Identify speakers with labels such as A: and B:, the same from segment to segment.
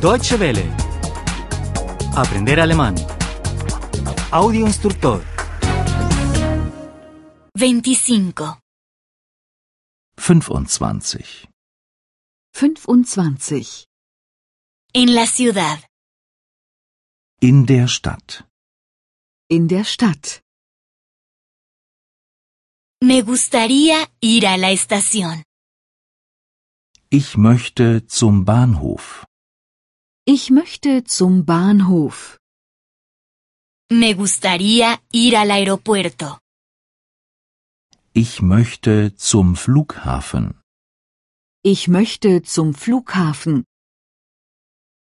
A: Deutsche Welle. Aprender alemán. Audio instructor.
B: 25.
C: 25.
D: 25.
B: En la ciudad.
C: In der Stadt.
D: In der Stadt.
B: Me gustaría ir a la estación.
C: Ich möchte zum Bahnhof.
D: Ich möchte zum Bahnhof.
B: Me gustaría ir al aeropuerto.
C: Ich möchte zum Flughafen.
D: Ich möchte zum Flughafen.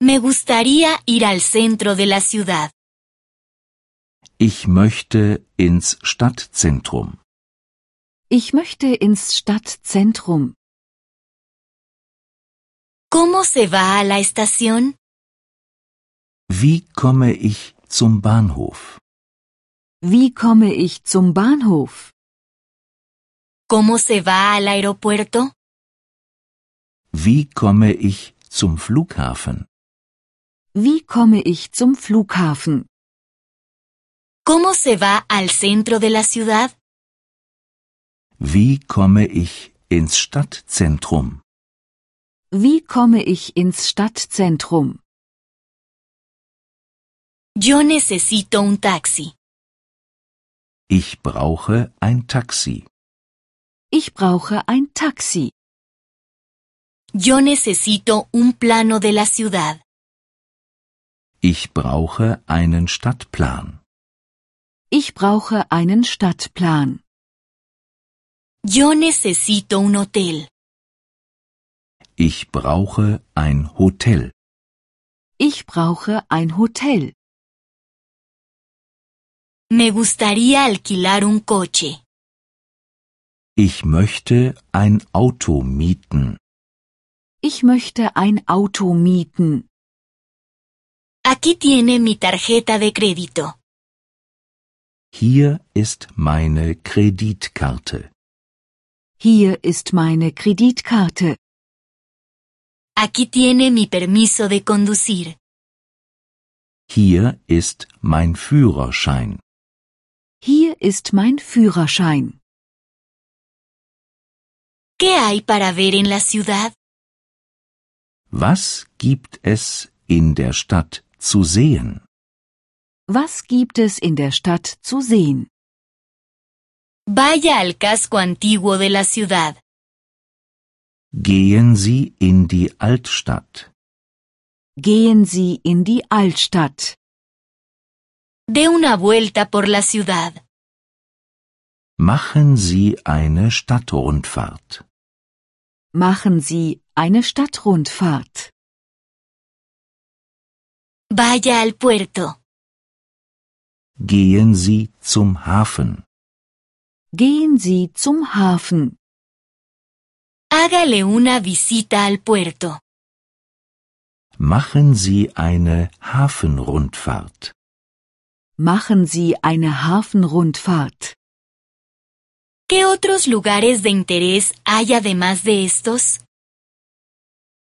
B: Me gustaría ir al centro de la ciudad.
C: Ich möchte ins Stadtzentrum.
D: Ich möchte ins Stadtzentrum.
B: ¿Cómo se va a la estación?
C: Wie komme ich zum Bahnhof?
D: Wie komme ich zum Bahnhof?
B: ¿Cómo se va al aeropuerto?
C: Wie komme ich zum Flughafen?
D: Wie komme ich zum Flughafen?
B: ¿Cómo se va al centro de la ciudad?
C: Wie komme ich ins Stadtzentrum?
D: Wie komme ich ins Stadtzentrum?
B: Yo necesito un taxi.
C: Ich brauche ein Taxi.
D: Ich brauche ein Taxi.
B: Yo necesito un plano de la ciudad.
C: Ich brauche einen Stadtplan.
D: Ich brauche einen Stadtplan.
B: Yo necesito un hotel.
C: Ich brauche ein Hotel.
D: Ich brauche ein Hotel.
B: Me gustaría alquilar un coche.
C: Ich möchte ein Auto mieten.
D: Ich möchte ein Auto mieten.
B: Aquí tiene mi tarjeta de crédito.
C: Hier ist meine Kreditkarte.
D: Hier ist meine Kreditkarte.
B: Aquí tiene mi permiso de conducir.
C: Hier ist mein Führerschein.
D: Hier ist mein Führerschein.
B: ¿Qué hay para ver en la ciudad?
C: Was gibt es in der Stadt zu sehen?
D: Was gibt es in der Stadt zu sehen?
B: Vaya al casco antiguo de la ciudad.
C: Gehen Sie in die Altstadt.
D: Gehen Sie in die Altstadt.
B: Dé una vuelta por la ciudad.
C: Machen Sie eine Stadtrundfahrt.
D: Machen Sie eine Stadtrundfahrt.
B: Vaya al puerto.
C: Gehen Sie zum Hafen.
D: Gehen Sie zum Hafen.
B: Hágale una visita al puerto.
C: Machen Sie eine Hafenrundfahrt.
D: Machen Sie eine Hafenrundfahrt.
B: ¿Qué otros lugares de interés hay además de estos?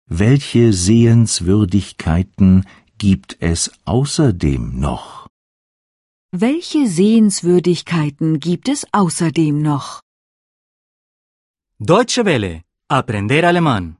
C: Welche Sehenswürdigkeiten gibt es außerdem noch?
D: Welche Sehenswürdigkeiten gibt es außerdem noch?
A: Deutsche Welle. Aprender alemán.